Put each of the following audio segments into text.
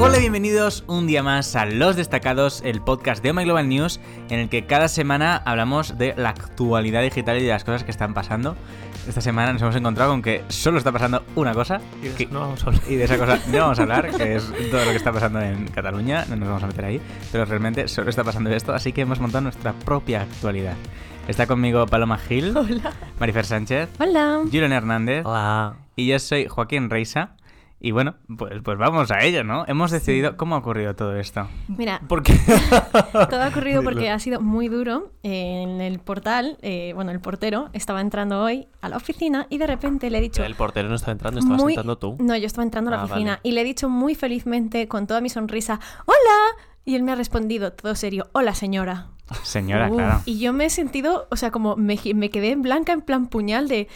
Hola, bienvenidos un día más a Los Destacados, el podcast de Oh My Global News, en el que cada semana hablamos de la actualidad digital y de las cosas que están pasando. Esta semana nos hemos encontrado con que solo está pasando una cosa, Y de que- eso no vamos a hablar. y de esa cosa no vamos a hablar, que es todo lo que está pasando en Cataluña, no nos vamos a meter ahí, pero realmente solo está pasando esto, así que hemos montado nuestra propia actualidad. Está conmigo Paloma Gil, Marifer Sánchez, Hola. Julian Hernández Hola. y yo soy Joaquín Reisa. Y bueno, pues, pues vamos a ello, ¿no? Hemos decidido cómo ha ocurrido todo esto. Mira, Porque todo ha ocurrido porque Dilo. ha sido muy duro. eh, En el portal, eh, bueno, el portero estaba entrando hoy a la oficina y de repente le he dicho... el portero no estaba entrando, estabas muy- entrando tú. No, yo estaba entrando a la Ah, oficina vale. y le he dicho muy felizmente, con toda mi sonrisa, ¡Hola! Y él me ha respondido todo serio, ¡Hola, señora! Señora, Uf, claro. Y yo me he sentido, o sea, como me, gi- me quedé en blanca en plan puñal de...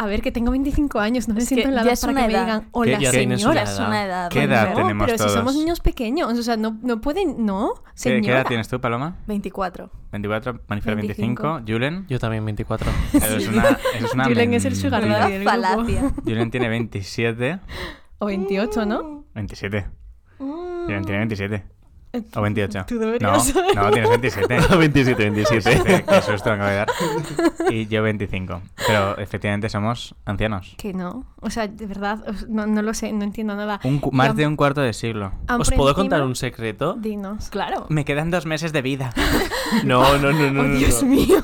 A ver, que tengo 25 años, no me Es que siento en la ya edad es para una que me edad. digan hola Que ya tienes una señora. Es una edad. ¿Qué edad Manuel. No, tenemos pero todos? si somos niños pequeños, o sea, no, no pueden, no, ¿Qué, señora. qué edad tienes tú, Paloma? 24. 24, Manifer 25, 25. Julen. Yo también 24. Eso es una, eso es una Julen es el sugar mentira. daddy. Menuda del grupo. falacia. Julen tiene 27. O 28, ¿no? Eh, 27. Julen tiene 27. O 28. Tú no, deberías saberlo. no, tienes 27. 27, 27. Qué susto me acabo de dar. Y yo 25. Pero efectivamente somos ancianos. Que no. O sea, de verdad, os- no, no lo sé, no entiendo nada. Un cu- más de un cuarto de siglo. ¿Os puedo contar un secreto? Dinos. Claro. Me quedan dos meses de vida. No, no, no, no. Oh, no, Oh, Dios no. mío.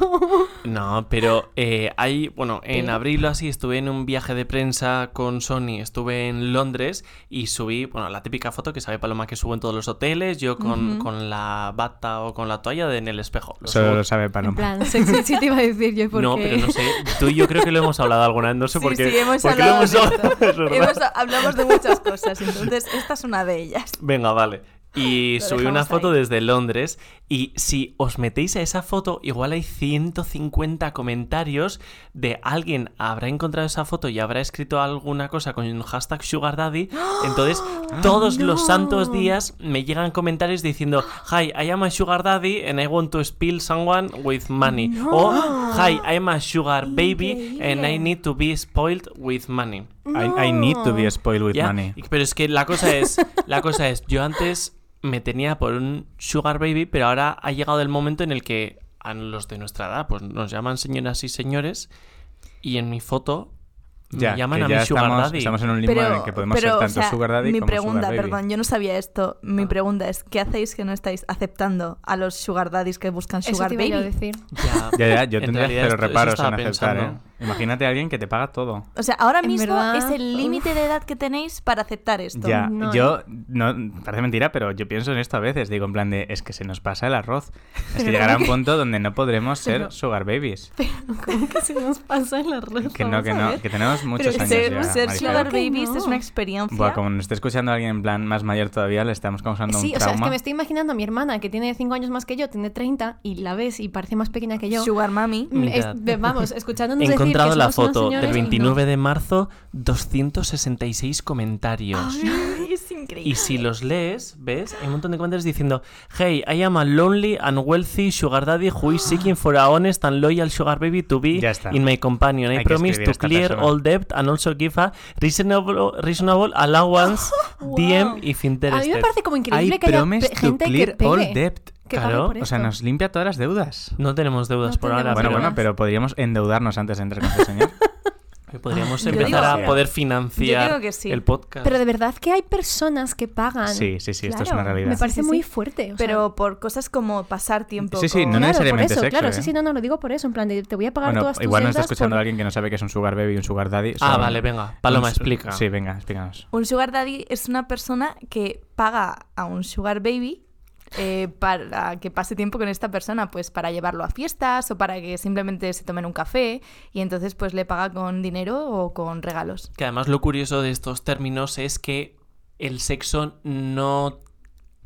No, pero eh, hay, bueno, en Pero- abril o así estuve en un viaje de prensa con Sony, estuve en Londres y subí, bueno, la típica foto que sabe Paloma que subo en todos los hoteles, yo con, con la bata o con la toalla de- en el espejo. Lo Solo subo- lo sabe En Paloma. plan, sexy, sí te iba a decir yo porque... No, pero no sé, tú y yo creo que lo hemos hablado alguna vez, no sé Sí, por qué. sí, hemos por qué hablado de hablado, esto. es verdad. Hemos- hablamos de muchas cosas, entonces esta es una de ellas. Venga, vale. Y Lo subí una dejamos foto ahí. desde Londres y si os metéis a esa foto, igual hay 150 comentarios de alguien habrá encontrado esa foto y habrá escrito alguna cosa con un hashtag Sugar Daddy. ¡Ah! Entonces, todos los santos días me llegan comentarios diciendo, hi, I am a Sugar Daddy and I want to spill someone with money. O, hi, I am a Sugar Baby and I need to be spoiled with money. I, I need to be spoiled with Ya, money. y- Pero es que la cosa es, la cosa es, yo antes me tenía por un sugar baby, pero ahora ha llegado el momento en el que a los de nuestra edad, pues nos llaman señoras y señores, y en mi foto me Ya, llaman que a ya mi sugar estamos, daddy. estamos en un limbo en el que podemos pero, ser o tanto sea, sugar daddy mi como pregunta, sugar baby. Ah. perdón, yo no sabía esto. Mi pregunta es, ¿qué hacéis que no estáis aceptando a los sugar daddies que buscan Eso sugar te iba yo a baby? decir. Ya, Ya, ya, yo en tendría cero realidad esto- eso reparos en estaba aceptar, pensando. ¿eh? Imagínate a alguien que te paga todo. O sea, ahora En mismo verdad, es el límite de edad que tenéis para aceptar esto. ¿eh? Ya, No, yo, no, parece mentira, pero yo pienso en esto a veces. Digo, en plan de, es que se nos pasa el arroz. Es que llegará un punto donde no podremos ser Pero- sugar babies. ¿Cómo que se nos pasa en la red? Que no, que no, que tenemos muchos Pero años ser, ya, ser Marifer. sugar Claro que babies no. es una experiencia. Buah, como nos está escuchando alguien en plan más mayor todavía, le estamos causando Sí, un o sea, es trauma. que me estoy imaginando a mi hermana que tiene 5 años más que yo, tiene 30 y la ves y parece más pequeña que yo. Sugar mami. Mm, es- Mirad. ve- vamos, escuchándonos He decir que encontrado la somos unos foto señores del y no. 29 de marzo, 266 comentarios. Ah, Ay, es increíble. Y si los lees, ves, hay un montón de comentarios diciendo, hey, I am a lonely and wealthy sugar daddy who is seeking for a honest and loyal sugar baby to be Ya está. in my companion. I Hay que promise escribir a to esta clear persona. all debt and also give a reasonable, reasonable allowance DM if A mí me interested. parece como increíble I que haya este. promise pe- to gente que clear all pegue, debt. que Claro, pague por O sea, esto. nos limpia todas las deudas. No tenemos deudas No por ahora, tenemos Bueno, Ah, pero bueno, pero podríamos endeudarnos antes de entrar con este señor. podríamos Yo empezar digo- a poder financiar Yo digo que sí. el podcast. Pero de verdad que hay personas que pagan. Sí, sí, sí, esto es Claro, una realidad. Me parece Sí, sí, muy sí. fuerte. o sea, Pero por cosas como pasar tiempo Sí, sí, no con- claro, necesariamente por eso, sexo, claro, ¿eh? sí, sí, no, no lo digo por eso, en plan de, te voy a pagar Bueno, todas tus igual nos está deudas escuchando por- alguien que no sabe que es un sugar baby y un sugar daddy. Ah, son- vale, venga. Paloma, un su- explica. Sí, venga, explícanos. Un sugar daddy es una persona que paga a un sugar baby eh, para que pase tiempo con esta persona, pues para llevarlo a fiestas o para que simplemente se tomen un café y entonces pues le paga con dinero o con regalos. Que además lo curioso de estos términos es que el sexo no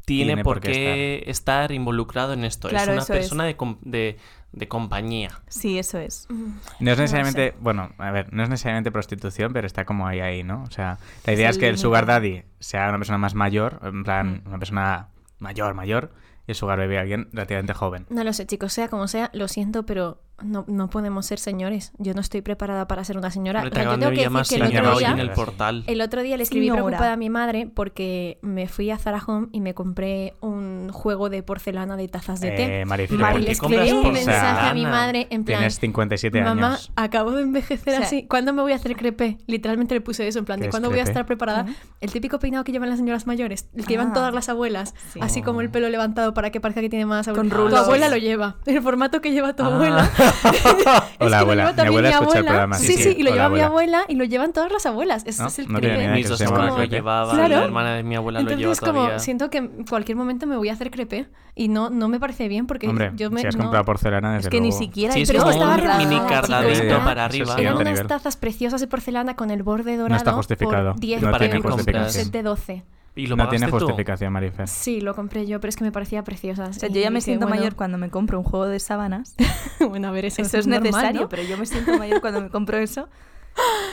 tiene, por qué estar. involucrado en esto. es Claro, una eso es. persona De, com- de- de compañía. Sí, eso es. No es No lo necesariamente, bueno, a ver, no es necesariamente prostitución, pero está como ahí, ahí, ¿no? O sea, la idea el es, que el límite. sugar daddy sea una persona más mayor, en plan, Mm. una persona mayor, mayor, y el sugar baby alguien relativamente joven. No lo sé, chicos, sea como sea, lo siento, pero no, no podemos ser señores. Yo no estoy preparada para ser una señora. Hombre, O te sea, yo acaban tengo de que llamar decir que el señora otro hoy día... en el portal. El otro día le escribí Señora. preocupada a mi madre porque me fui a Zara Home y me compré un juego de porcelana de tazas de té. Eh, Maricela, Mar- y ¿por le qué escribí compras un mensaje porcelana? a mi madre en plan, Tienes 57 mamá, años. acabo de envejecer O sea, así, ¿cuándo me voy a hacer crepe? Literalmente le puse eso, en plan, ¿Qué ¿de es cuándo voy a crepe? estar preparada? El típico peinado que llevan las señoras mayores, el que llevan Ah. todas las abuelas, Sí. así como el pelo levantado para que parezca que tiene más abuela. Con Tu rulos. abuela lo lleva, el formato que lleva tu Ah. abuela. Es que Hola, lo abuela. lleva Mi también abuela escucha el programa, Sí, sí, sí, sí. y lo Hola, lleva mi abuela. abuela y lo llevan todas las abuelas. Es, No, es el no tiene crepe. ni idea. Mis que dos se llama hermanas lo Crepe. llevaban, Claro. la hermana de mi abuela lo lleva Entonces, como todavía. siento que en cualquier momento me voy a hacer crepe y no, no me parece bien porque Hombre, yo me. si has no- comprado porcelana, desde Es que ni luego. siquiera Sí, hay es pero como estaba un relajado, mini chicos, cardadito era- para eso arriba. sí, Eran no unas nivel. tazas preciosas de porcelana con el borde dorado. justificado. Por 10 No tiene euros, justificación. set de 12. Y lo No tiene pagaste tú. justificación, Marifer. Sí, lo compré yo, pero es que me parecía preciosa. O sea, yo ya me siento mayor cuando me compro un juego de sábanas. bueno, a ver, eso, Eso es normal, necesario, ¿no? pero yo me siento mayor cuando me compro eso.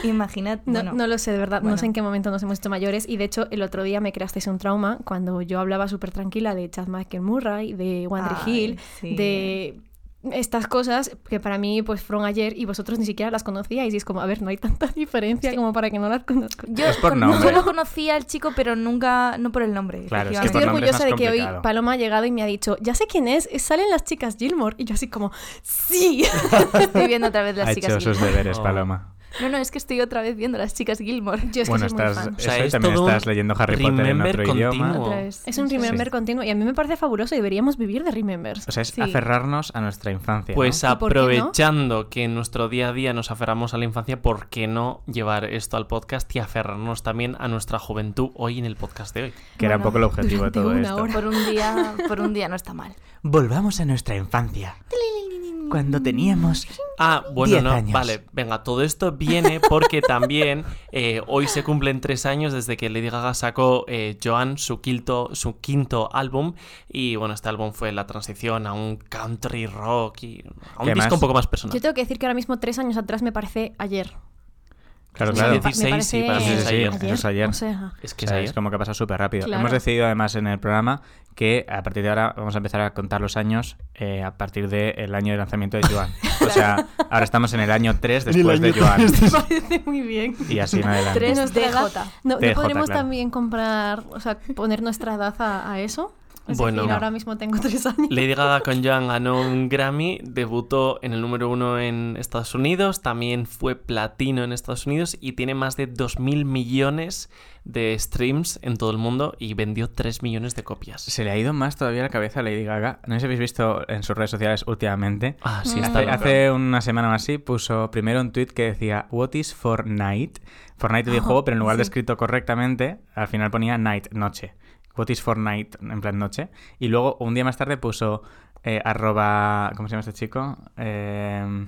Imagínate. No, bueno, no lo sé, de verdad. No Bueno. sé en qué momento nos hemos hecho mayores. Y de hecho, el otro día me creasteis un trauma cuando yo hablaba súper tranquila de Chad Michael Murray, de Wander Ay, Hill, sí. de estas cosas que para mí pues fueron ayer y vosotros ni siquiera las conocíais. Y es como, a ver, no hay tanta diferencia como para que no las conozco. Yo Es por con- nombre. solo conocía al chico, pero nunca, no por el nombre. Claro, es que Estoy efectivamente. por nombre es orgullosa de más que hoy complicado. Paloma ha llegado y me ha dicho, ya sé quién es, es- salen las chicas Gilmore. Y yo así como, sí. estoy viendo otra vez las Ha chicas hecho sus Gilmore. deberes, Oh. Paloma. No, no, es que estoy otra vez viendo las chicas Gilmore. yo es bueno, que soy muy estás, fan. O sea, eso es también todo un estás leyendo Harry Potter en remember otro idioma. continuo. Otra vez. Es un Sí. remember continuo y a mí me parece fabuloso y deberíamos vivir de remembers. O sea, es Sí. aferrarnos a nuestra infancia. ¿no? Pues ¿Y por qué no? aprovechando que en nuestro día a día nos aferramos a la infancia, ¿por qué no llevar esto al podcast y aferrarnos también a nuestra juventud hoy en el podcast de hoy? que era un bueno, poco el objetivo de durante todo una esto. hora. Por un día, por un día no está mal. Volvamos a nuestra infancia. Cuando teníamos. Ah, bueno, 10 no, años. vale, venga, todo esto viene porque también eh, hoy se cumplen tres años desde que Lady Gaga sacó eh, Joan, su quinto, su quinto álbum, y bueno, este álbum fue la transición a un country rock y a un Que disco además- un poco más personal. Yo tengo que decir que ahora mismo tres años atrás me parece ayer. Claro, Sí, claro. sí, sí. 16, para mí es ayer. Eso es ayer. O sea, Es O que es sea, ayer. es como que ha pasado súper rápido. Claro. Hemos decidido además en el programa que a partir de ahora vamos a empezar a contar los años eh, a partir del año de lanzamiento de Joan. O sea, ahora estamos en el año 3 después de Joan. me parece muy bien. Y así en adelante. Tres Nuestra edad- DJ. No, DJ, ¿no podremos claro. también comprar, o sea, poner nuestra edad a, a eso? Es Bueno. decir, ahora mismo tengo tres años. Lady Gaga con Joan ganó un Grammy, debutó en el número uno en Estados Unidos, también fue platino en Estados Unidos y tiene más de 2.000 millones de streams en todo el mundo y vendió 3 millones de copias. Se le ha ido más todavía la cabeza a Lady Gaga. No sé si habéis visto en sus redes sociales últimamente. Ah, sí, Mm. está Hace, loca. hace una semana o así puso primero un tweet que decía What is Fortnite? Fortnite de juego, pero en lugar de escrito correctamente, al final ponía night, noche. What is Fortnite? En plan noche. Y luego un día más tarde puso eh, arroba... ¿Cómo se llama este chico? Eh,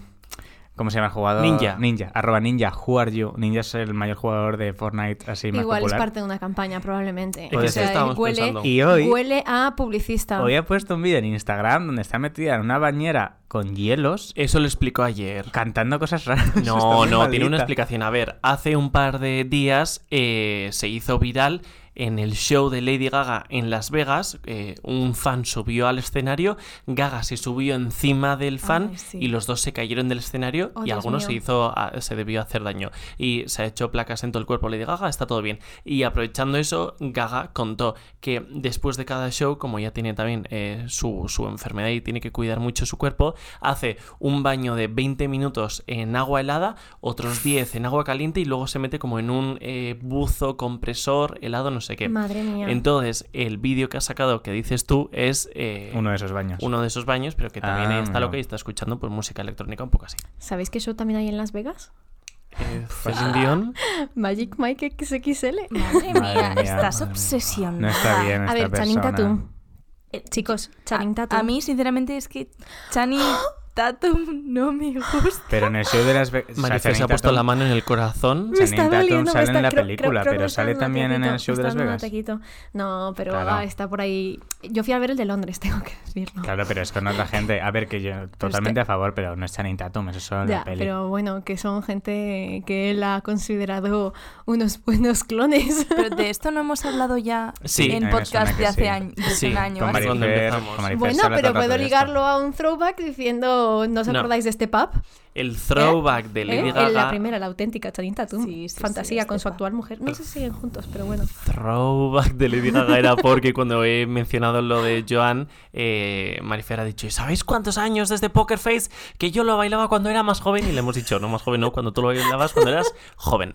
¿Cómo se llama el jugador? Ninja. Ninja. Arroba ninja. Who are you? Ninja es el mayor jugador de Fortnite así más Igual popular. es parte de una campaña, probablemente. que O eso sea, estábamos huele, pensando. Y hoy- huele a publicista. Hoy ha puesto un vídeo en Instagram donde está metida en una bañera con hielos Eso lo explicó ayer. cantando cosas raras. Está No, muy no, tiene maldita. una explicación. A ver, hace un par de días eh, se hizo viral en el show de Lady Gaga en Las Vegas. eh, un fan subió al escenario, Gaga se subió encima del fan Ay, sí. y los dos se cayeron del escenario Oh, y Dios algunos se mío. hizo, a- se debió hacer daño. Y se ha hecho placas en todo el cuerpo Lady Gaga, está todo bien. Y aprovechando eso, Gaga contó que después de cada show, como ya tiene también eh, su, su enfermedad y tiene que cuidar mucho su cuerpo, hace un baño de 20 minutos en agua helada, otros 10 en agua caliente y luego se mete como en un eh, buzo compresor helado, no sé qué. Madre mía. Entonces, el vídeo que ha sacado que dices tú es eh, Uno de esos baños. uno de esos baños, pero que también Ah, ahí está mira. Eh, lo que está escuchando pues música electrónica un poco así. ¿Sabéis qué show también hay en Las Vegas? Eh, Celine Dion. Magic Mike XXL. Madre Madre mía, mía, estás madre mía. obsesionada. No está bien esta A ver, Channing persona. Tatum. Eh, chicos, Channing A, Tatum. a mí, sinceramente, es que Channing Tatum no me gusta. Pero en el show de las... Ve- o sea, Marifé se Channing ha puesto Tatum- la mano en el corazón. Channing Tatum sale en me la creo- película, pero creo- creo que me está sale dando un también en ataquito, el show me de está Las dando un Vegas. ataquito. No, pero Claro. ah, está por ahí. Yo fui a ver el de Londres, tengo que decirlo. Claro, pero es con otra gente. A ver, que yo totalmente a favor, pero no es Channing Tatum, eso es solo Pues Ya, la peli. pero bueno, que son gente que él ha considerado unos buenos clones. Pero de esto no hemos hablado ya Sí, a mí en me suena podcast que de hace sí. año, desde Sí, un año. Con así. Mario. cuando Marifer, empezamos. con Marifer bueno, se habla todo pero el rato puedo de esto. ligarlo a un throwback diciendo ¿O no os No. acordáis de este Step Up? El throwback de Lady ¿Eh? Gaga. La primera, la auténtica Chanita Tatum. Sí, sí, sí, Fantasía con su Step Up. actual mujer. No sé si siguen juntos, pero bueno. Throwback de Lady Gaga era porque cuando he mencionado lo de Joan, eh, Marifer ha dicho, "¿Y ¿sabéis cuántos años desde Poker Face que yo lo bailaba cuando era más joven? Y le hemos dicho, no, más joven no, cuando tú lo bailabas cuando eras joven.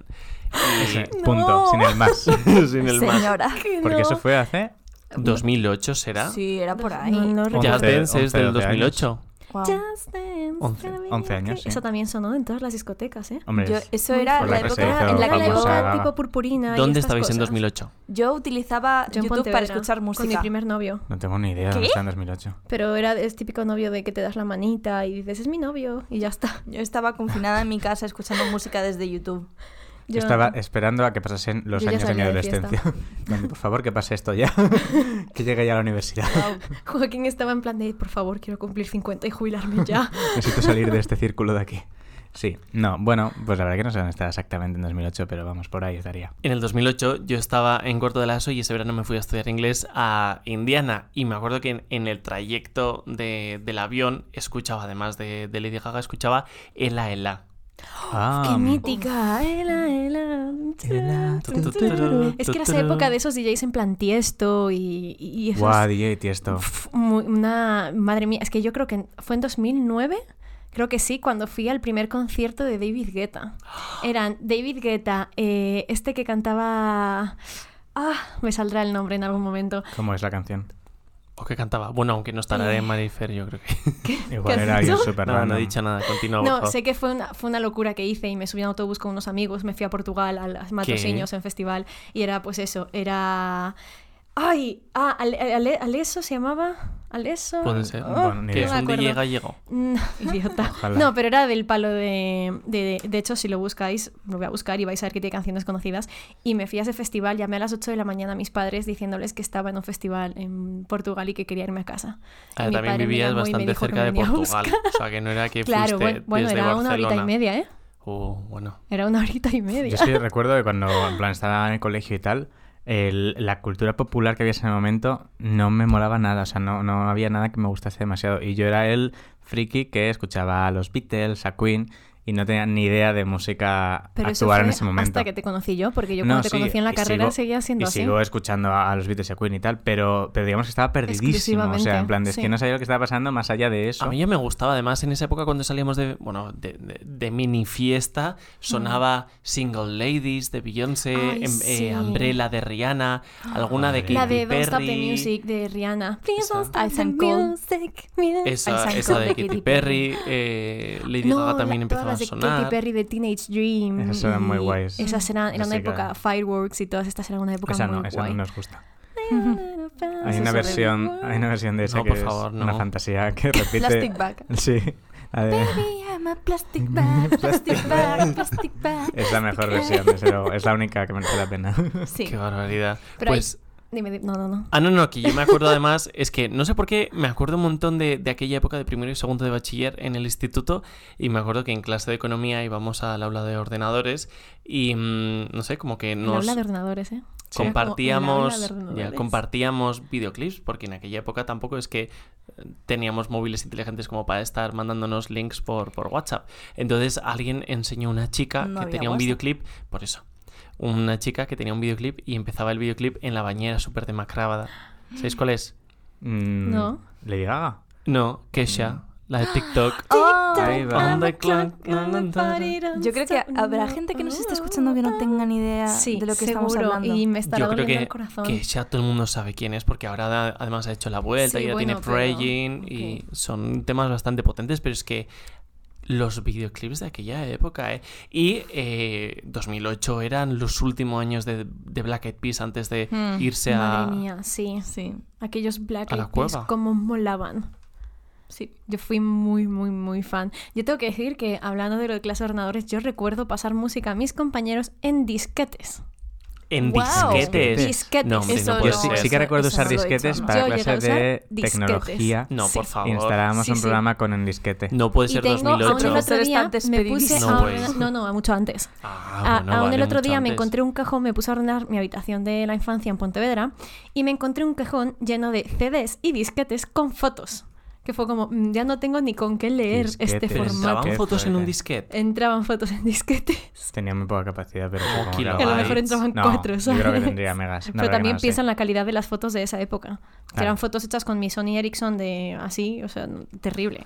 Ese No. punto, sin el más. Sin el más. Señora. Porque eso fue hace 2008 será. Sí, era por ahí. No, no Ya. recuerdo. Jazz Dance es 11, del 12 años. 2008. Guau. Just Dance, 11, tell me 11 again. años, sí. Eso también sonó en todas las discotecas, ¿eh? Hombre, Yo- es- eso era Por la la que se época en la hizo que yo, famosa. época tipo purpurina. y ¿Dónde estas estabais en cosas. 2008? yo utilizaba Yo en YouTube para Pontevedra, escuchar Con mi música. primer novio. no tengo ni idea de dónde está en 2008. Pero era el típico novio de que te das la manita y dices, es mi novio, y ya está. Yo estaba confinada en mi casa escuchando música desde YouTube. Yo Yo- estaba esperando a que pasasen los Yo ya años de mi salía de fiesta. adolescencia. Donde, por favor, que pase esto ya. que llegue ya a la universidad. Joaquín estaba en plan de, por favor, quiero cumplir 50 y jubilarme ya. Necesito salir de este círculo de aquí. Sí, no, bueno, pues la verdad que no sé dónde está exactamente en 2008, pero vamos, por ahí estaría. En el 2008 yo estaba en cuarto de la ESO y ese verano me fui a estudiar inglés a Indiana y me acuerdo que en, en el trayecto de- del avión escuchaba, además de, de Lady Gaga, escuchaba Ela Ela. Ah, ¡Qué mítica! Ela, ela, Ela, tun, tu, tu, tun, tun. tu, Es que era tu, esa tu. época de esos DJs en plan tiesto y, y esos... Guau, DJ Tiesto. Pf, mu- Una... Madre mía, es que yo creo que fue en 2009, creo que sí, cuando fui al primer concierto de David Guetta. Eran David Guetta, eh, este que cantaba... Ah, me saldrá el nombre en algún momento. ¿Cómo es la canción? ¿O qué pues cantaba? Bueno, aunque no estará Eh. de Marifer, yo creo que... Igual has era yo dicho? súper No, no random. he dicho nada, continúa, por No, favor. sé que fue una, fue una locura que hice y me subí a un autobús con unos amigos, me fui a Portugal, a las Matosiños en festival y era pues eso, era... ¡Ay! Ah, Ale- Ale- ¿Aleso se llamaba? ¿Aleso? Puede ser. Ah, Bueno, ni que idea. es no me un DJ acuerdo. gallego. No, idiota. Ojalá. No, pero era del palo de, de... de hecho, si lo buscáis, lo voy a buscar y vais a ver que tiene canciones conocidas. Y me fui a ese festival, llamé a las 8 de la mañana a mis padres diciéndoles que estaba en un festival en Portugal y que quería irme a casa. Y Ah, mi también padre me vivías llamó y me bastante dijo que cerca me de venía a Portugal, buscar. o sea que no era que Claro, fuiste bueno, bueno, desde era Barcelona. una horita y media, ¿eh? Oh, bueno. Era una horita y Yo media. sí recuerdo que cuando en plan, estaba en el colegio y tal, el- la cultura popular que había en ese momento no me molaba nada, o sea, no, no había nada que me gustase demasiado. Y yo era el friki que escuchaba a los Beatles, a Queen, y no tenía ni idea de música Pero eso actual fue en ese momento. hasta que te conocí yo, porque yo No, cuando te sí, conocí en la y carrera sigo- seguía siendo y así. sigo escuchando a, a los Beatles y a Queen y tal, pero, pero digamos que estaba perdidísimo. O sea, en Exclusivamente, plan, de, es sí. que no sabía lo que estaba pasando más allá de eso. A mí ya me gustaba, además, en esa época cuando salíamos de, bueno, de, de- de mini fiesta, sonaba Single Ladies de Beyoncé, Ay, em- sí. eh, Umbrella de Rihanna, alguna de Katy la de Don't Perry. Stop the Music de Rihanna. Please Esa. don't stop I the Sang Call. music. music. Esa, Ay, esa Sanco de de Katy Katy Perry, eh, Lady no, Gaga también la- empezaba a todas las de sonar. Katy Perry de Teenage Dream. Esas eran y muy guays. Esas eran, eran Esas una sí que época eran. Fireworks y todas estas eran una época esa muy no, esa guay. no nos gusta. Ah, Eso Hay una es versión, horrible. hay una versión de esa No, que por es favor, una no. fantasía que repite. Plastic bag. Sí. la de- Baby, I'm a plastic bag, plastic bag, plastic bag. Es la mejor versión, desde luego. Es la única que merece la pena. Sí. Qué barbaridad. Pero hay- pues, Dime, dime, no, no, no. Ah, no, no, que yo me acuerdo además, es que no sé por qué, me acuerdo un montón de, de aquella época de primero y segundo de bachiller en el instituto y me acuerdo que en clase de economía íbamos al aula de ordenadores y mm, no sé, como que No nos habla de ordenadores, ¿eh? como el aula de compartíamos, ya, ordenadores. compartíamos videoclips porque en aquella época tampoco es que eh, teníamos móviles inteligentes como para estar mandándonos links por, por WhatsApp. Entonces alguien enseñó a una chica No que había tenía un WhatsApp. videoclip, por eso. Una chica que tenía un videoclip y empezaba el videoclip en la bañera súper demacrada. ¿Sabéis cuál es? Mm, No. Lady Gaga. No, Kesha, la de TikTok. Oh, Ahí va. I'm a clock and I'm party on yo creo que Sunday. habrá gente que nos esté escuchando que no tenga ni idea Sí, de lo que seguro, estamos hablando. Y me estará Yo creo doliendo que, el corazón. que ya todo el mundo sabe quién es, porque ahora da- además ha hecho la vuelta Sí, y ya bueno, tiene pero- Praying ok. y son temas bastante potentes, pero es que los videoclips de aquella época, ¿eh? Y eh, 2008 eran los últimos años de, de Black Eyed Peas antes de Mm, irse a... Hmm. Madre mía, sí. Sí, Aquellos Black A la Eyed Peas, cueva. cómo molaban. sí. Yo fui muy, muy, muy fan. Yo tengo que decir que, hablando de lo de clase de ordenadores, yo recuerdo pasar música a mis compañeros en disquetes. En Wow. disquetes. Disquetes. No, hombre, Eso no Yo puede Pues sí, ser. sí que recuerdo eso usar no lo he hecho, disquetes no. para Yo llegué a clases de usar disquetes. tecnología. No, por Sí. favor. Instalábamos Sí, un sí. programa con el disquete. No puede Y ser tengo aún el 2008. otro Profesor día, está me puse despedidísimo. a No, ordenar- pues. no, no, mucho antes. Ah, bueno, A- aún el vale, otro mucho día me antes. encontré un cajón, me puse a ordenar mi habitación de la infancia en Pontevedra y me encontré un cajón lleno de CDs y disquetes con fotos. que fue como, "Mm, ya no tengo ni con qué leer este Disquetes. formato. Entraban Qué fotos en un fuerte. disquete. Entraban fotos en disquetes. Tenía muy poca capacidad, pero Como supongo kilobytes. Que a lo mejor Bytes. entraban No, cuatro, yo ¿sabes? creo que tendría megas. No, la Pero verdad que también no sé. piensa en la calidad de las fotos de esa época. Que Claro. eran fotos hechas con mi Sony Ericsson de así, o sea, no- terrible.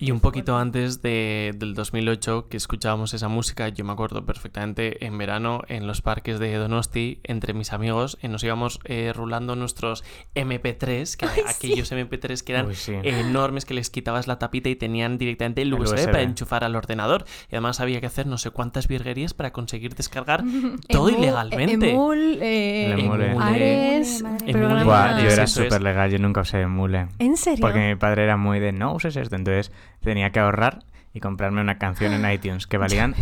Y un poquito antes de- del 2008 que escuchábamos esa música, yo me acuerdo perfectamente en verano en los parques de Donosti, entre mis amigos, eh, nos íbamos eh, rulando nuestros MP3, que Ay, sí. aquellos MP3 que eran Uy, sí. enormes, que les quitabas la tapita y tenían directamente el El USB, USB. para enchufar al ordenador. Y además había que hacer no sé cuántas virguerías para conseguir descargar todo Emul- ilegalmente. Emul, eh, El Emule. Emule. Ares, Madre mía. programa- Buah, Ah, yo era eso es. súper legal, yo nunca usé emule. ¿En serio? Porque mi padre era muy de no uses esto, entonces tenía que ahorrar y comprarme una canción en iTunes que valían,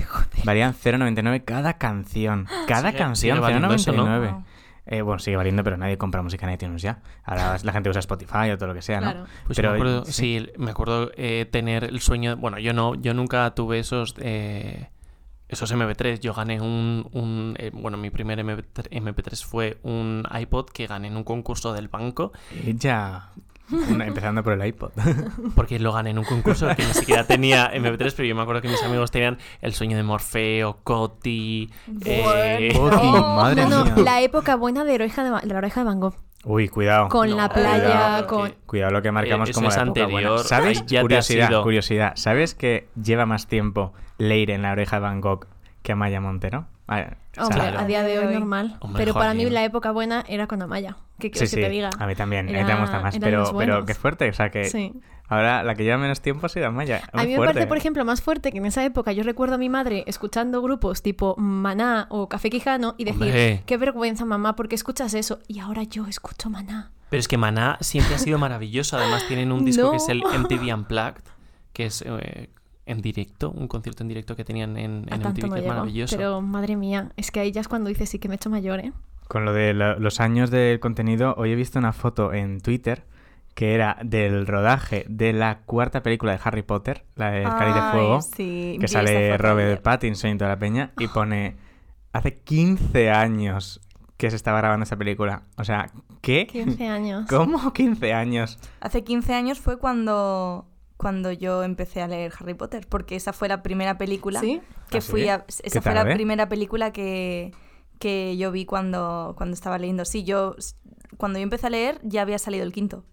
valían 0,99 cada canción. Cada Sigue- canción, sigue valiendo eso, ¿no? 0,99. Wow. Eh, bueno, sigue valiendo, pero nadie compra música en iTunes ya. Ahora la gente usa Spotify o todo lo que sea, ¿no? Claro. Pues pero yo me acuerdo, sí. sí. me acuerdo eh, tener el sueño. Bueno, yo no, yo nunca tuve esos eh, esos MP3. Yo gané un, un, eh, bueno, mi primer MP3, MP3 fue un iPod que gané en un concurso del banco, Ya. Una- empezando por el iPod. porque lo gané en un concurso que ni siquiera tenía MP3, pero yo me acuerdo que mis amigos tenían el sueño de Morfeo, Coti, eh, Bueno. Coti, madre no, no, mía. la época buena de la oreja de, Van- de la oreja de Van Gogh. Uy, cuidado. Con No, la playa, cuidado, con... porque- Cuidado lo que marcamos Eh, eso como es la época buena. anterior, ¿Sabes? ahí ya te has curiosidad, ido. curiosidad. ¿Sabes que lleva más tiempo Leire en la oreja de Van Gogh que Amaya Ah, Montero? A ver, Hombre, sábalo. a día de hoy normal. Hombre, pero para mí Joaquín. la época buena era con Amaya. ¿Qué Sí, quieres sí. que te diga? A mí también. Era- eh, te gusta más. eran Pero, los pero buenos. qué fuerte. O sea que Sí. ahora la que lleva menos tiempo ha sido Amaya. A Muy mí me fuerte. parece, por ejemplo, más fuerte que en esa época yo recuerdo a mi madre escuchando grupos tipo Maná o Café Quijano y decir, Hombre. qué vergüenza mamá, porque escuchas eso y ahora yo escucho Maná. Pero es que Maná siempre ha sido maravilloso. Además, tienen un disco que es el No. MTV Unplugged, que es eh, en directo, un concierto en directo que tenían en, A en tanto MTV, no que es llego, maravilloso. Pero madre mía, es que ahí ya es cuando dices sí que me he hecho mayor, ¿eh? Con lo de lo- los años del contenido, hoy he visto una foto en Twitter que era del rodaje de la cuarta película de Harry Potter, la del Cáliz Eh, de Ay, Fuego, sí, vi que esa sale foto Robert ayer. Pattinson y toda la peña, Ah. y pone, hace 15 años que se estaba grabando esta película. O sea, ¿qué? 15 años. ¿Cómo 15 años? Hace 15 años fue cuando, cuando yo empecé a leer Harry Potter, porque esa fue la primera película ¿Sí? que ¿Ah, sí? fui a, ¿Qué esa fue la tarde? primera película que, que yo vi cuando, cuando estaba leyendo. Sí, yo cuando yo empecé a leer ya había salido el quinto.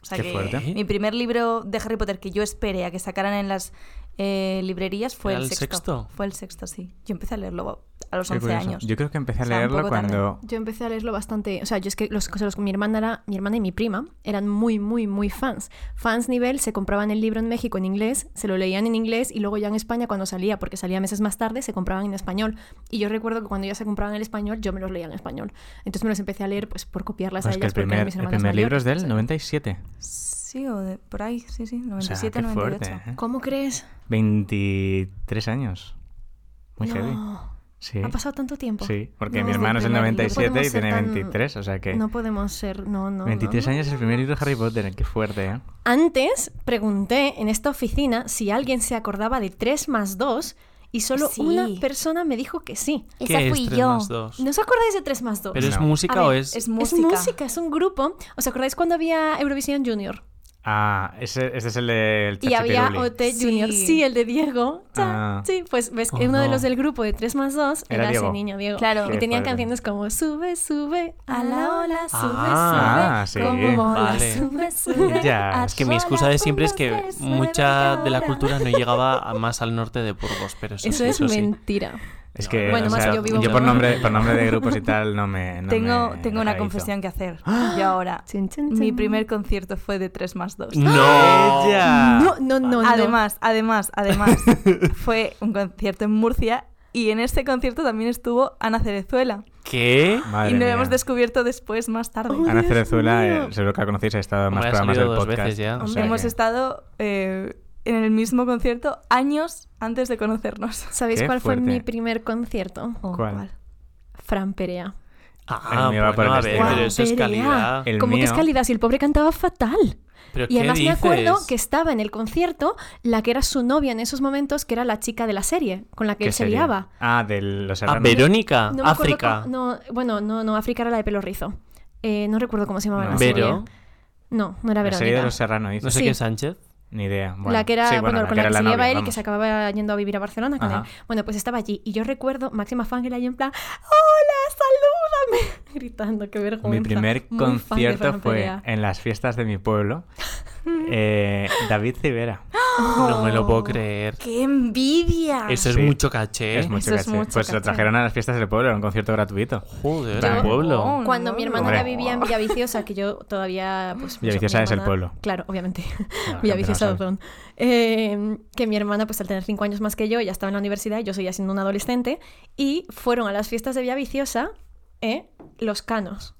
O sea Qué que fuerte. mi primer libro de Harry Potter que yo esperé a que sacaran en las eh, librerías fue ¿Era el el sexto. sexto? Fue el sexto, sí. Yo empecé a leerlo a los Qué 11 curioso. años. Yo creo que empecé a O sea, un leerlo poco tarde. cuando... Yo empecé a leerlo bastante, o sea, yo es que los, o sea, los- mi hermana era, mi hermana y mi prima eran muy, muy, muy fans. Fans nivel, se compraban el libro en México en inglés, se lo leían en inglés y luego ya en España cuando salía, porque salía meses más tarde, se compraban en español. Y yo recuerdo que cuando ya se compraban en español, yo me los leía en español. Entonces me los empecé a leer pues por copiarlas Bueno, a es que ellas el porque eran primer, mis el hermanas primer libro es mayores. del 97. Sí, o de- por ahí, sí, sí, O sea, 97, qué 98. fuerte. ¿eh? ¿Cómo crees? 23 años. Muy No, heavy. Sí. Ha pasado tanto tiempo. Sí, porque No, mi desde el hermano es el primer libro. 97 y Podemos ser tiene tan- 23, o sea que... No podemos ser, no, no. no, 23 no. años es el primer libro de Harry Potter, qué fuerte, ¿eh? Antes pregunté en esta oficina si alguien se acordaba de 3 más 2 y solo Sí. una persona me dijo que sí. ¿Qué Esa es fui tres yo. más dos? ¿No os acordáis de 3 más 2? ¿Pero es No. música A o ver, es...? Es es música. música, es un grupo. ¿Os acordáis cuando había Eurovisión Junior? Ah, ese, ese es el del Y había Chachipiruli. OT Sí. Junior. Sí, el de Diego. Cha, Ah. Sí, pues ves Oh, que uno de no. los del grupo de 3 más 2 Era era, Diego. ese niño, Diego. Claro. Ah. Qué Y tenían fuerte. canciones como Sube, sube, a la ola, sube, Ah, sí. sube. como mola, Vale. sube, sube. Ya, a es que mi sola, excusa de siempre es uno, que tres, nueve, mucha de la ahora. cultura no llegaba a- más al norte de Burgos, pero eso, Eso sí, es eso sí. mentira. Es que, Bueno, o más sea, yo vivo por por- nombre, por nombre de grupos y tal no me... no Tengo, me ¡Ah! tengo una localizo. confesión que hacer. Yo ahora. Chin, chin, Mi chin. primer concierto fue de 3 más 2. ¡No! ¡Ella! ¡Ah! No, no, no. no. Además, además, además, fue un concierto en Murcia y en este concierto también estuvo Ana Cerezuela. ¿Qué? Madre y lo mía. hemos descubierto después, más tarde. Uy, Ana Dios Cerezuela, eh, mío. seguro que la conocéis, ha estado en más Hombre, ha programas del salido dos podcast. veces ya. o Hombre, sea hemos que- estado eh, en el mismo concierto años antes de conocernos. ¿Sabéis Qué cuál fuerte. fue mi primer concierto? Oh, ¿Cuál? Fran Perea. Ah, El mío va bueno, por el a ver, estilo. pero eso es Guau, Perea. calidad. El Como que es mío- calidad, si el pobre cantaba fatal. ¿Pero Y qué además me dices? acuerdo que estaba en el concierto la que era su novia en esos momentos, que era la chica de la serie, con la que ¿Qué él se serie? liaba. Ah, de Los Ah, Serranos. Verónica, No me acuerdo África. cómo- no, bueno, no, no, África era la de pelo rizo. Eh, no recuerdo cómo se llamaba No. la Vero. serie. No, no era La serie de Verónica. los Serrano hizo. No sé Sí. quién es Sánchez. Ni idea. Bueno, la que era sí, bueno, la con que la era que se novia, liaba él y que vamos. se acababa yendo a vivir a Barcelona con Ajá. él. Bueno, pues estaba allí y yo recuerdo Máxima Fangirl ahí en plan ¡Hola, salúdame! Gritando, qué vergüenza. Mi primer Muy fan de concierto Fran fue Perea. en las fiestas de mi pueblo. Eh, David Civera. Oh. No me lo puedo creer. ¡Qué Ah. envidia! Eso es Sí. mucho caché. Es mucho Eso es caché. mucho pues lo caché. trajeron a las fiestas del pueblo, era un concierto gratuito. Joder, ¿eh? Yo- el pueblo. Oh, Cuando no. mi hermana Hombre. ya vivía en Villaviciosa, que yo todavía... Pues, Villaviciosa mi es el hermana- pueblo. Claro, obviamente. Claro, Villaviciosa, que no lo perdón. Eh, que mi hermana, pues al tener cinco años más que yo, ya estaba en la universidad, y yo seguía siendo una adolescente, y fueron a las fiestas de Villaviciosa ¿eh? los canos.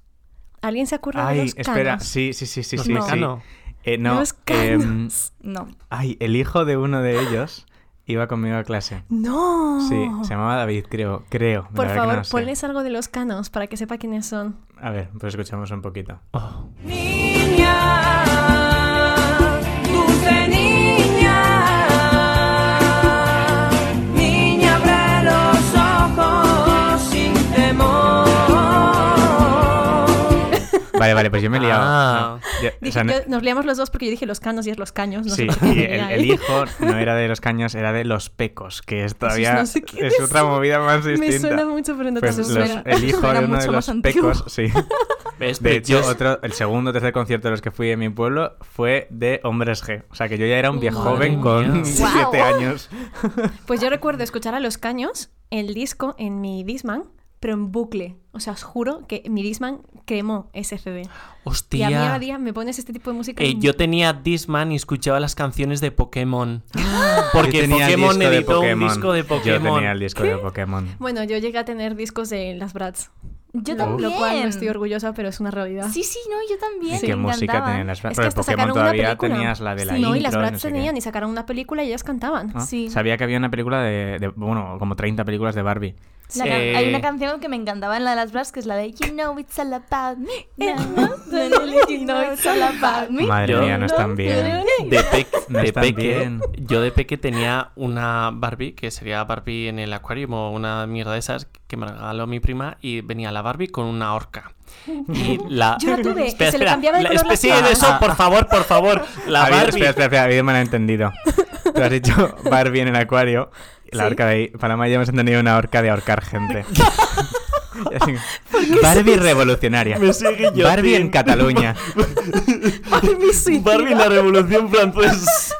¿Alguien se acuerda de Ay, los espera, canos? sí, sí, sí, sí, Los sí. Mecano. sí. Eh, no, Los em, canos. No. ay, el hijo de uno de ellos iba conmigo a clase. ¡No! Sí, se llamaba David, creo, creo. la Oh. Por verdad que favor, no sé. ponles algo de los canos para que sepa quiénes son. A ver, pues escuchamos un poquito. Oh. Niña, dulce niña, niña abre los ojos sin temor. Vale, vale, pues yo me he liado. Ah. No, yo- o Dije- sea, no- yo- nos liamos los dos porque yo dije los canos y es los caños. No sí, sé por qué y el, tenía ahí. Pues el hijo no era de los caños, era de los pecos, que es todavía no sé qué es otra decir. movida más distinta. Me suena mucho, pero no Pues te los- suena. el hijo Suena de uno de mucho más los antiguo. pecos, sí. ¿Ves? De Pero hecho, yo- otro, el segundo o tercer concierto de los que fui en mi pueblo fue de Hombres G. O sea, que yo ya era un viejo Madre joven con mía. 7 años. Pues yo recuerdo escuchar a Los Caños el disco en mi Disman, pero en bucle. O sea, os juro que mi Disman cremó ese CD. Y a mí Hostia. a día me pones este tipo de música. Eh, en- yo tenía Disman y escuchaba las canciones de Pokémon. Porque Yo tenía el Pokémon disco de editó un Pokémon. disco de Yo Pokémon. tenía el disco de Pokémon. Bueno, yo llegué a tener discos de las Brats. Yo Lo cual también. no estoy orgullosa, pero es una realidad. Sí, sí, no, yo también. ¿Y me qué música encantaba. tenían las Es Brats? que Porque hasta Pokémon sacaron una todavía película. tenías la de la Sí, no, y intro, las Brats no sé qué. tenían y sacaron una película y ellas cantaban. Ah, Sí. Sabía que había una película de, de- bueno, como 30 películas de Barbie. Sí. La ca- Hay Eh. una canción que me encantaba en la de las Bras, que es la de You know it's all about Eh, me. No, no, no, no, no, you know it's all about me. Madre Yo- mía, no están bien. De, pe- No de están peque, bien. yo de peque tenía una Barbie, que sería Barbie en el acuario o una mierda de esas que me regaló mi prima y venía la Barbie con una horca. Y la... Yo la tuve, que se le cambiaba de la- color la especie de sábana. eso, por favor, por favor. La Ha habido- Barbie... espera, espera, espera, ha habido malentendido. Tú has dicho Barbie en el acuario, la horca de ahí. Para mí ya hemos entendido una horca de ahorcar gente. Y así, Barbie revolucionaria. Me sigue yo, Barbie tío. en Cataluña. Barbie la Revolución Francesa.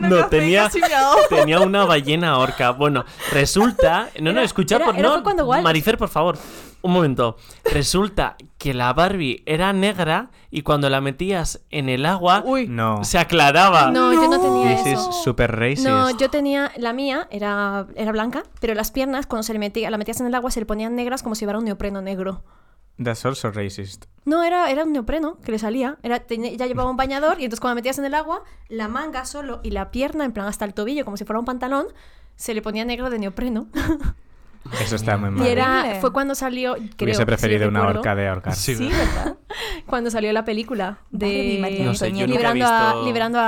No, tenía, tenía una ballena orca. Bueno, resulta. No, no, Era- escucha, era- por era no. fue cuando Walt- Marifer, por favor. Un momento. Resulta que la Barbie era negra y cuando la metías en el agua No. se aclaraba. No, yo no tenía This is eso. super racist. No, yo tenía, la mía era, era blanca, pero las piernas cuando se le metía, la metías en el agua se le ponían negras como si llevara un neopreno negro. That's also racist. No, era, era un neopreno que le salía. Era, tenía- ya llevaba un bañador y entonces cuando la metías en el agua, la manga solo y la pierna, en plan hasta el tobillo, como si fuera un pantalón, se le ponía negro de neopreno. Eso está muy mal. Y era, Horrible. fue cuando salió, creo, Hubiese preferido si una recuerdo, horca de ahorcar. Sí, Sí, ¿verdad? Cuando salió la película Barbie, de... María No sé, yo nunca he eh, Antonieta. Liberando a, visto- liberando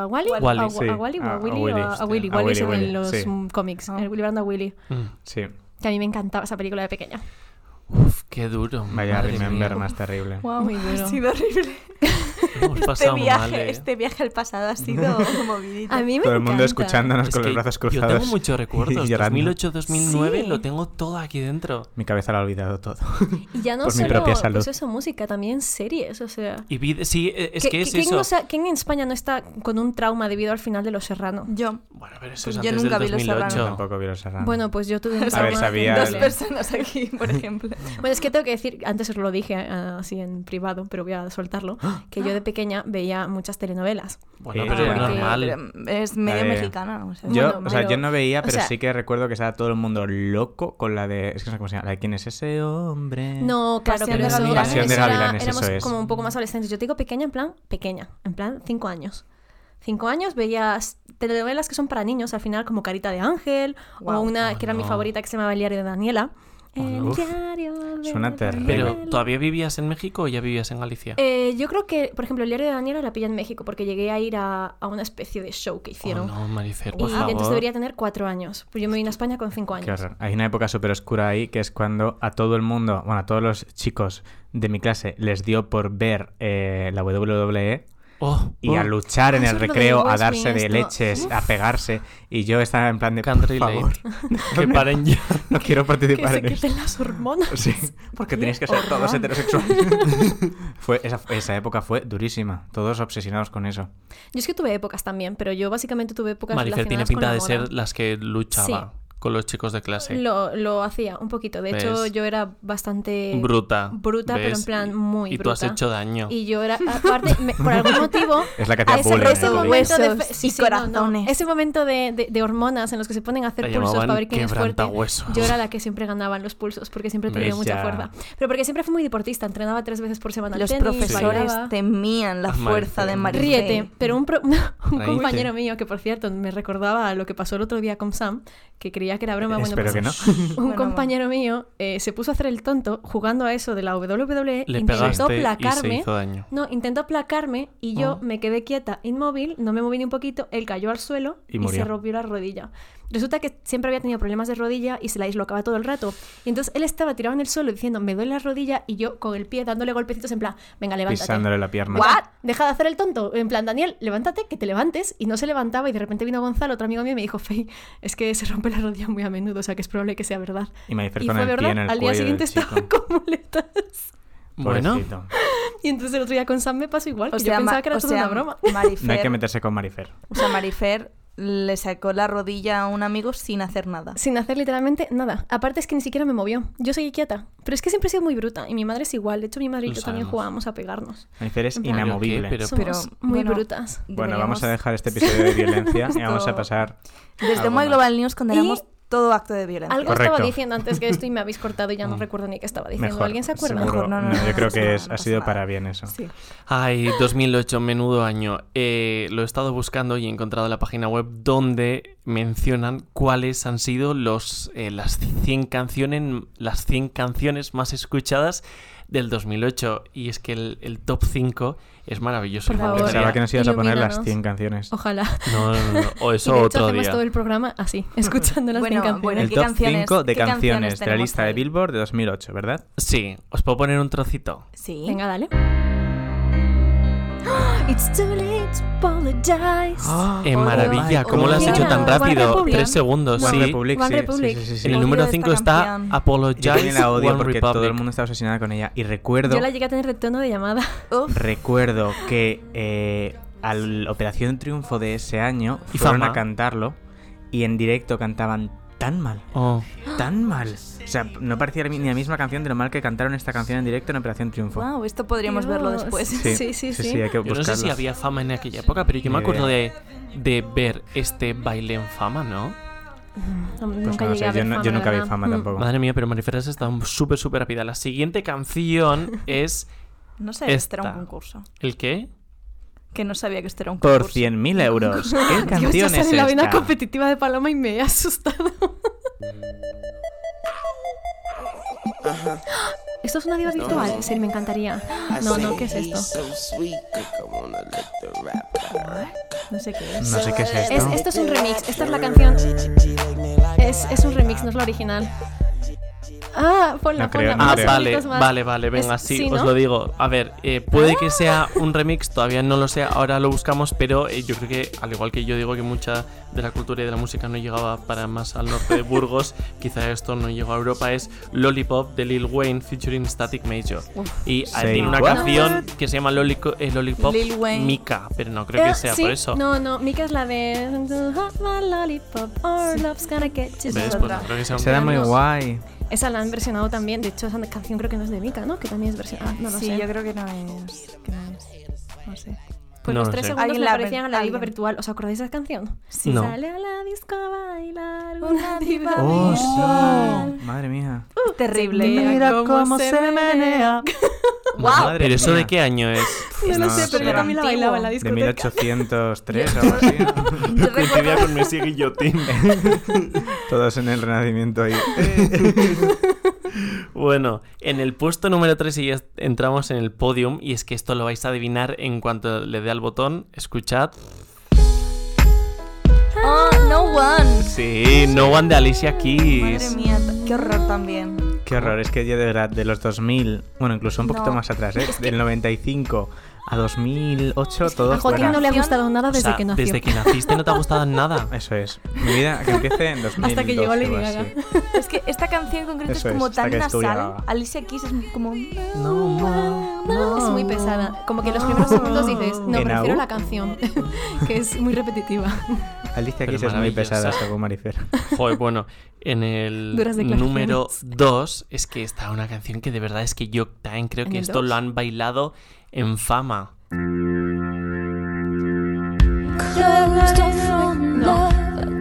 a Wally, Wally, a, sí. a Wally o A- a a Willy, Willy, o a, sí. a Willy, A Wally Willy, es en Willy, los sí. mm, cómics, Ah. el Liberando a Willy, Mm. Sí. que a mí me encantaba esa película de pequeña. Uf, qué duro. Vaya madre remember mía. más terrible. Wow, Muy duro. ha sido horrible. Lo Hemos Este pasado viaje, mal. eh. este viaje al pasado ha sido movidito. A mí me Todo el mundo encanta. escuchándonos Es con los que brazos Yo cruzados. tengo muchos recuerdos. y llorando. 2008-2009 Sí. lo tengo todo aquí dentro. Mi cabeza lo ha olvidado todo. Y ya no Por mi solo propia salud. pues eso, música, también series, o sea. Y vid- sí, eh, es ¿Qué- que qué- es ¿quién, eso. no sa- quién en España no está con un trauma debido al final de Los Serrano? Yo, Bueno, pero Pues eso es Yo antes nunca del vi Los 2008. Serrano. Tampoco vi los Serrano. Bueno, pues yo tuve un A trauma. ver, sabía- dos el- terrible. personas aquí, por ejemplo. Bueno, es que tengo que decir, antes os lo dije eh, así en privado, pero voy a soltarlo, ¡Ah! que yo de pequeña veía muchas telenovelas. Bueno, Eh, pero es porque- normal. Pero Es medio Eh, mexicana. O sea, Yo, pues, Bueno, o sea, pero- yo no veía, o pero sea- sí que recuerdo que estaba todo el mundo loco con la de. Es que no sé cómo se llama. La de quién es ese hombre. No, claro, Pasión de pero eso- Gavilanes. Pasión Eh. de eso era- Gavilanes, éramos eso es. como un poco más adolescentes. Yo te digo pequeña en plan pequeña, en plan cinco años. Cinco años veías telenovelas que son para niños al final, como Carita de Ángel, o Guau. Oh, una que era mi no. favorita que se llamaba El diario de Daniela. El Uf. diario de Suena Daniela. terrible. Pero, ¿todavía vivías en México o ya vivías en Galicia? Eh, yo creo que, por ejemplo, el diario de Daniela la pillé en México porque llegué a ir a, a una especie de show que Oh, hicieron. no, Marifer, Y por Ah, entonces favor. debería tener cuatro años. Pues yo me vine a España con cinco Qué años. horror. Hay una época súper oscura ahí que es cuando a todo el mundo, bueno, a todos los chicos de mi clase les dio por ver eh, la WWE Oh, y a oh. luchar en Ah, el eso es lo de recreo, a Wrestling, darse de esto. leches, a Uf. pegarse. Y yo estaba en plan de, por Country Lane. favor, Que paren ya. no quiero Que participar se en esto. quiten las hormonas. Sí, porque tenéis que ser todos heterosexuales. fue, esa, esa época fue durísima, todos obsesionados con eso. Yo es que tuve épocas también, pero yo básicamente tuve épocas Marifer tiene pinta relacionadas con de la moda. ser las que luchaba con los chicos de clase. Lo, lo hacía un poquito. De hecho, ¿Ves? yo era bastante... Bruta. Bruta, pero ¿ves? en plan muy Y tú bruta. has hecho daño. Y yo era, aparte, me- por algún motivo... Es la que a hacía ese, bullying. en ese el colegio. momento de Huesos fe- sí, y sí, no, no. corazones. ese momento de, de- de hormonas en los que se ponen a La hacer pulsos llamaban para ver quién es fuerte. quebrantahuesos. Yo era la que siempre ganaba en los pulsos porque siempre tenía Bella. mucha fuerza. Pero porque siempre fui muy deportista, entrenaba tres veces por semana. al Los tenis, profesores bailaba. temían Ah, la Marifer. fuerza de Marifer. Ríete, pero un, pro- un Reíste. compañero mío, que por cierto me recordaba a lo que pasó el otro día con Sam, que creía que era broma, bueno, Espero pues, que no. un Bueno, compañero mío eh, se puso a hacer el tonto jugando a eso de la WWE, Le intentó pegaste y se placarme. hizo daño. No, intentó aplacarme y yo Oh. Ah. me quedé quieta, inmóvil, no me moví ni un poquito, él cayó al suelo Y y, murió. se rompió la rodilla. Resulta que siempre había tenido problemas de rodilla y se la dislocaba todo el rato. Y entonces él estaba tirado en el suelo diciendo, me duele la rodilla y yo con el pie dándole golpecitos en plan, venga, levántate. Pisándole la pierna. Venga, Deja de hacer el tonto. En plan, Daniel, levántate, que te levantes. Y no se levantaba y de repente vino Gonzalo, otro amigo mío, y me dijo, Fey, es que se rompe la rodilla muy a menudo, o sea que es probable que sea verdad. Y Marifer Y con fue el pie verdad, en el al día cuello siguiente del estaba chico. con muletas. Bueno, Pobrecito. Y entonces el otro día con Sam me pasó igual, O que yo sea, Ma- pensaba que era o todo sea, una broma. Marifer, No hay que meterse con Marifer. o sea, Marifer le sacó la rodilla a un amigo sin hacer nada. Sin hacer literalmente nada. Aparte es que ni siquiera me movió. Yo seguí quieta. Pero es que siempre he sido muy bruta. Y mi madre es igual. De hecho, mi madre y Lo yo también sabemos. jugábamos a pegarnos. Marifer es ¿Pero qué? inamovible. Pero- Somos pero, muy bueno, brutas. pues, Bueno, vamos Deberíamos- a dejar este episodio de violencia y vamos a Esto- pasar. Desde algo Muy más. Global News condenamos Y- todo acto de violencia. Algo Correcto. estaba diciendo antes que esto y me habéis cortado y ya no recuerdo ni qué estaba diciendo. Mm. Mejor. ¿Alguien se acuerda? seguro. Mejor, no, no, no, yo no creo pasa que nada, es, no ha pasa sido nada. para bien eso. Sí. Ay, 2008, menudo año. Eh, lo he estado buscando y he encontrado la página web donde mencionan cuáles han sido los, eh, las, 100 canciones, las 100 canciones más escuchadas del 2008. Y es que el, el top 5 es maravilloso. Por y favor. molaría. Pensaba que nos ibas a poner las Ilumínanos. 100 canciones. Ojalá. No, no, no, no, O y eso de hecho otro hacemos día. todo el programa así, escuchando las 100 Bueno, canciones. bueno, El ¿qué top canciones- 5 de qué canciones canciones de la tenemos lista de ahí? Billboard de 2008, ¿verdad? Sí, os puedo poner un trocito. Sí. Venga, dale. It's too late to apologize. Ah, Eh, Oh, maravilla, oh, ¿cómo lo has hecho oh, tan oh, rápido? Republic. Tres segundos, One sí. Republic, One sí, sí, Republic. sí, sí, sí. En el número Odio esta 5 está canción. Yo también Apologize la odio One porque todo el Republic. mundo está obsesionado con ella. Y recuerdo, Yo la llegué a tener de tono de llamada. Uf, recuerdo que eh, a la Operación Triunfo de ese año Y fueron fama. a cantarlo y en directo cantaban tan mal. Oh. tan mal. O sea, no parecía ni la misma canción de lo mal que cantaron esta canción en directo en Operación Triunfo. wow, esto podríamos verlo Dios. después. Sí, sí, sí, sí. hay que Yo no sé si buscarlo. había fama en aquella época, pero yo me Ni acuerdo de, de ver este baile en fama, ¿no? No, Pues nunca no lo llegué sé, a yo, ver no- fama, yo la nunca vi verdad. fama Mm. tampoco. Madre mía, pero Marifer has estado súper, súper rápida. La siguiente canción es... No sabía que esto era un Esta. concurso. ¿El qué? Que no sabía que esto era un concurso. Por 100.000 euros. ¿Qué Dios, ya canción sale es la vena esta? competitiva de Paloma y me he asustado. Esto es una diva virtual. Sí, me encantaría. No, no, ¿qué es esto? No sé qué es. No sé qué es Es, este. esto. esto es un remix. Esta es la canción. Es, es un remix, no es la original. Ah, ponla, No creo, ponla. no Ah, unos creo. vale, segunditos más. vale, vale, venga, Es- sí, sí, os ¿no? Ah. lo digo. A ver, eh, puede que sea un remix, todavía no lo sé, ahora lo buscamos, pero eh, yo creo que, al igual que yo digo que mucha de la cultura y de la música no llegaba para más al norte de Burgos, quizá esto no llegó a Europa, es Lollipop de Lil Wayne featuring Static Major. Y eh, Say tiene una what? canción que se llama Lolico- eh, Lollipop Lil Wayne. Mika, pero no creo que Eh, sea sí, por eso. No, no, Mika es la de. Lollipop, our love's gonna get you. ¿Ves? Pues no creo que sea un- Será muy no. guay. Esa la han versionado también. De hecho, esa canción creo que no es de Mika, ¿no? Que también es versionada. No lo sí, sé. yo creo que no es. Que no es. No sé. Pues No los lo tres sé. segundos Alguien me la parecían a la diva alguien. virtual. ¿Os acordáis de esa canción? Sí. No. Sale a la disco a bailar una Una diva diva ¡Oh, virtual. sí! Madre mía. Terrible. cómo se menea. Madre ¿Pero eso mía. de qué año es? No, lo No sé, sé. pero yo también la Antiguo. bailaba en la De discoteca. 1803 o algo así. Yo recuerdo- con Messi Guillotín. Todos en el renacimiento ahí. Bueno, en el puesto número 3 y ya entramos en el podium y es que esto lo vais a adivinar en cuanto le dé al botón. Escuchad. Ah, Oh, no one. Sí, No One de Alicia Madre Keys. mía, ta- qué horror también. Qué horror, es que yo de verdad, de los 2000, bueno, incluso un poquito No. más atrás, ¿eh? del 95 a 2008, todo A Joaquín fuera. no le ha gustado nada O Ah, desde sea, que nació. desde que naciste no te ha gustado nada. Eso es. Mi vida que empiece en 2000. Hasta que llegó Lady Gaga. Es que esta canción en concreto Eso es como es, hasta tan que estudia nasal. Gaga. Alicia Keys es como... No more, no Es muy more. pesada. Como que los primeros segundos dices, no, ¿En prefiero AU? la canción, que es muy repetitiva. Alicia Pero Keys es muy maravillosa. pesada, según Marifer. Joder, bueno, en el Duras declaraciones. número 2 es que está una canción que de verdad es que yo también creo ¿En que el esto dos? lo han bailado en fama. No, no somos nada. ¿no?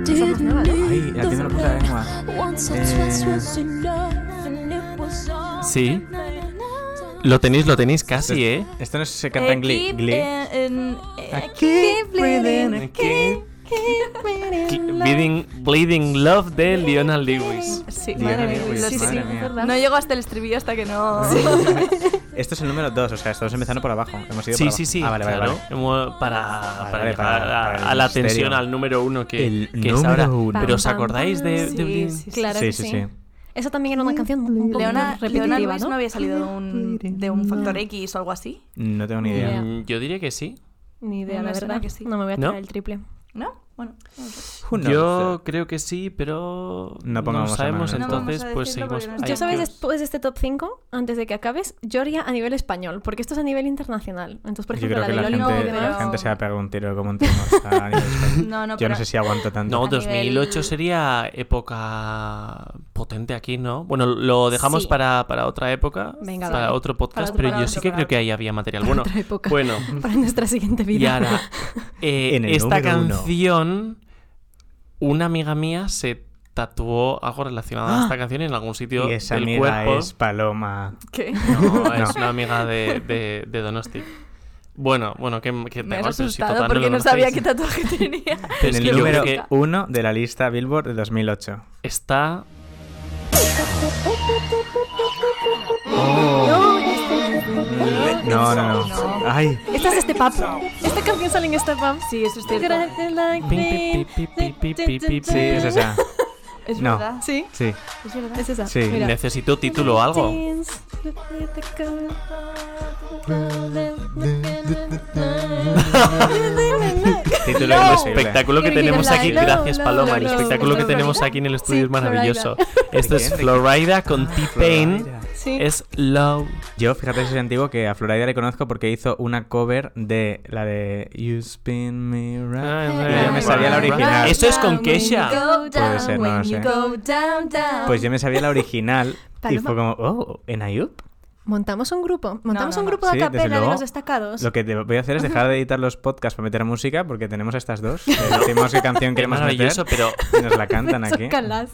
Ay, a ti me lo puse la lengua. Eh, Sí. Lo tenéis, lo tenéis casi, ¿eh? esto no se canta en Glee. keep, Glee. eh, en- eh, I keep breathing, breathing, I keep- Cl- Bleeding, Bleeding Love de Leona Lewis. Sí, Diana madre mía, Lewis, lo Sí, sí, madre siento. es mía. verdad. No llego hasta el estribillo hasta que no... Esto es el número 2, o sea, estamos empezando por abajo. Hemos ido por Sí, abajo. sí, sí. Ah, vale, vale, claro. vale. Hemos- Para, para vale, llegar para- a- para el a la misterio. tensión al número uno que, El que es número ahora. uno. Pero Pam, ¿os pam, acordáis de, pam. de- Sí, sí, Claro Sí, que sí, sí. sí. Eso también era una canción un poco Leona, Leona repetitiva, Lewis ¿no? no había salido de un, de un Factor X o algo así, No tengo ni idea. Mm, Yo diría que sí. Ni idea, Me la suena verdad. que sí. No me voy a ¿No? tirar el triple. ¿no? Bueno, no lo sé. Who knows? Yo creo que sí, pero No pongamos lo la sabemos, mano en el entonces fuego. pues No vamos seguimos. a decirlo porque no Yo, Ay, ¿sabes? Dios. Después de este top 5, antes de que acabes, yo iría a nivel español, porque esto es a nivel internacional. Entonces, por Yo ejemplo, creo la que de la Loli Pop y gente, la pero- demás. gente se va a pegar un tiro como un timo. o sea, a nivel español. No, no, Yo no pero- sé si aguanto tanto. No, A 2008 nivel- sería época potente aquí, ¿no? Bueno, lo dejamos Sí. para, para otra época, Venga, para vale. otro podcast, Para otro- pero para yo otro, sí que para creo que otro. ahí había material. Bueno, otra época. pues, bueno Para nuestra siguiente vida. y ahora, eh, En el esta número uno. canción, una amiga mía se tatuó algo relacionado a esta canción en algún sitio Y esa del amiga cuerpo. es Paloma. ¿Qué? No, No. es una amiga de, de, de Donosti. Bueno, bueno, que, que da Me igual, has pero si asustado total porque lo no sabía conocéis. qué tatuaje tenía. Pero en es el que yo número creo que uno de la lista Billboard de 2008. está este Le- No, no, no. Ay, Esta es este pap. Esta canción sale en este pap. Sí, eso es cierto. Pi, pi, pi, pi, pi, pi, pi. sí, es esa. Es No. verdad. Sí, Sí. Es verdad. es esa. Sí. Mira. Necesito título o algo. Título No. imposible. espectáculo que Quiero tenemos ir a la- aquí, no, gracias no, Paloma, el no, no. espectáculo que ¿Florida? tenemos aquí en el estudio Sí, es maravilloso. Esto ¿De es quién? ¿De Florida con T-Pain, Ah, Florida. Sí. es Low. Yo, fíjate si es antiguo que a Florida le conozco porque hizo una cover de la de You Spin Me Ah. Round. Y yo me sabía la original. Eso es con Kesha. Puede ser, no lo sé. Pues yo me sabía la original y Paloma. fue como, oh, en Ayup. Montamos un grupo. Montamos no, un no. grupo de Sí, desde capela de luego. los destacados. Lo que te voy a hacer es dejar de editar los podcasts para meter música porque tenemos a estas dos. Le Decimos qué canción Es queremos meter maravilloso, pero y nos la cantan aquí. Chócalas.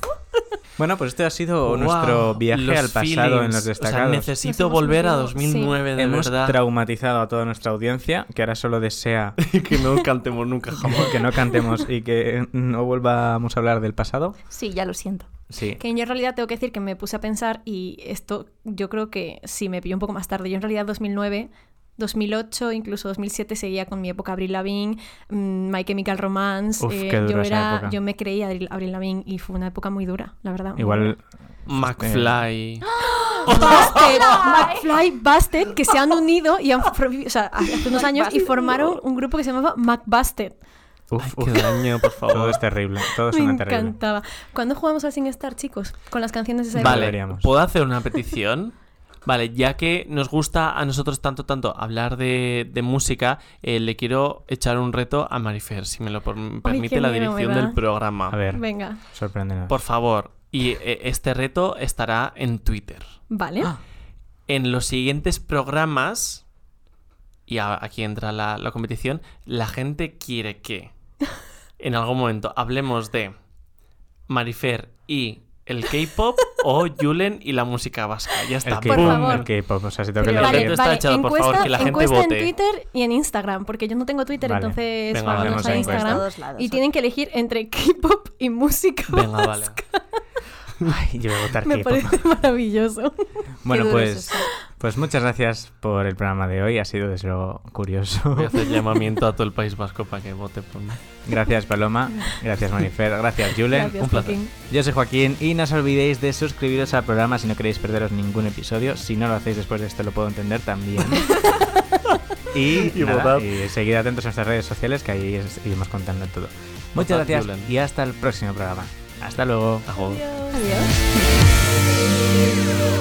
Bueno, pues este ha sido Wow, nuestro viaje los al pasado en feelings. los O sea, destacados. Nos necesito hemos volver a metido- 2009 de Hemos verdad. traumatizado a toda nuestra audiencia que ahora solo desea que no cantemos nunca jamás. que no cantemos y que no volvamos a hablar del pasado. Sí, ya lo siento. Sí. Que yo en realidad tengo que decir que me puse a pensar y esto yo creo que sí me pilló un poco más tarde. Yo en realidad 2009, 2008, incluso 2007 seguía con mi época Avril Lavigne, mm, My Chemical Romance. eh, Uf, qué dura yo, esa época. yo me creía Avril, Avril Lavigne y fue una época muy dura, la verdad. muy Igual dura. Eh, McFly. Busted, McFly, Busted, que se han unido y han, pro- o sea, hace unos años y Macbusted. formaron un grupo que se llamaba MacBusted. Uf, Ay, uf. qué daño, por Todo favor. es terrible, todo Me suena terrible. encantaba. ¿Cuándo jugamos al SingStar, chicos? Con las canciones de esa época. Vale, Deberíamos. ¿puedo hacer una petición? Vale, ya que nos gusta a nosotros tanto, tanto hablar de, de música, eh, le quiero echar un reto a Marifer, si me lo por- permite qué la miedo me dirección da. del programa. A ver, Venga, sorpréndenos. Por favor, y eh, este reto estará en Twitter. vale. En los siguientes programas, y a- aquí entra la, la competición, la gente quiere que en algún momento hablemos de Marifer y el K-pop o Julen y la música vasca. El Ya está. K-pop, ¡Pum! favor. el K-pop, o sea, si tengo que Pero elegir- vale, está echado, por favor, que la gente encuesta vote. en Twitter y en Instagram, porque yo no tengo Twitter, Vale. entonces Venga, vámonos hacemos a encuesta. Instagram. Todos lados, y ok. tienen que elegir entre K-pop y música. Venga, vale. Ay, yo voy a votar Me K-pop. parece maravilloso. Bueno, duro es pues, esto. pues muchas gracias por el programa de hoy. Ha sido desde luego curioso. Voy a hacer llamamiento a todo el País Vasco para que vote por mí. Gracias, Paloma. Gracias, Manifer. Gracias, Julen. Gracias, un placer. Joaquín. Yo soy Joaquín y no os olvidéis de suscribiros al programa si no queréis perderos ningún episodio. Si no lo hacéis después de esto, lo puedo entender también. y, Y nada, votad. y seguid atentos a nuestras redes sociales que ahí es- iremos contando todo. Muchas Votad, gracias Julen. y hasta el próximo programa. Hasta luego. Agur. Adiós. Adiós.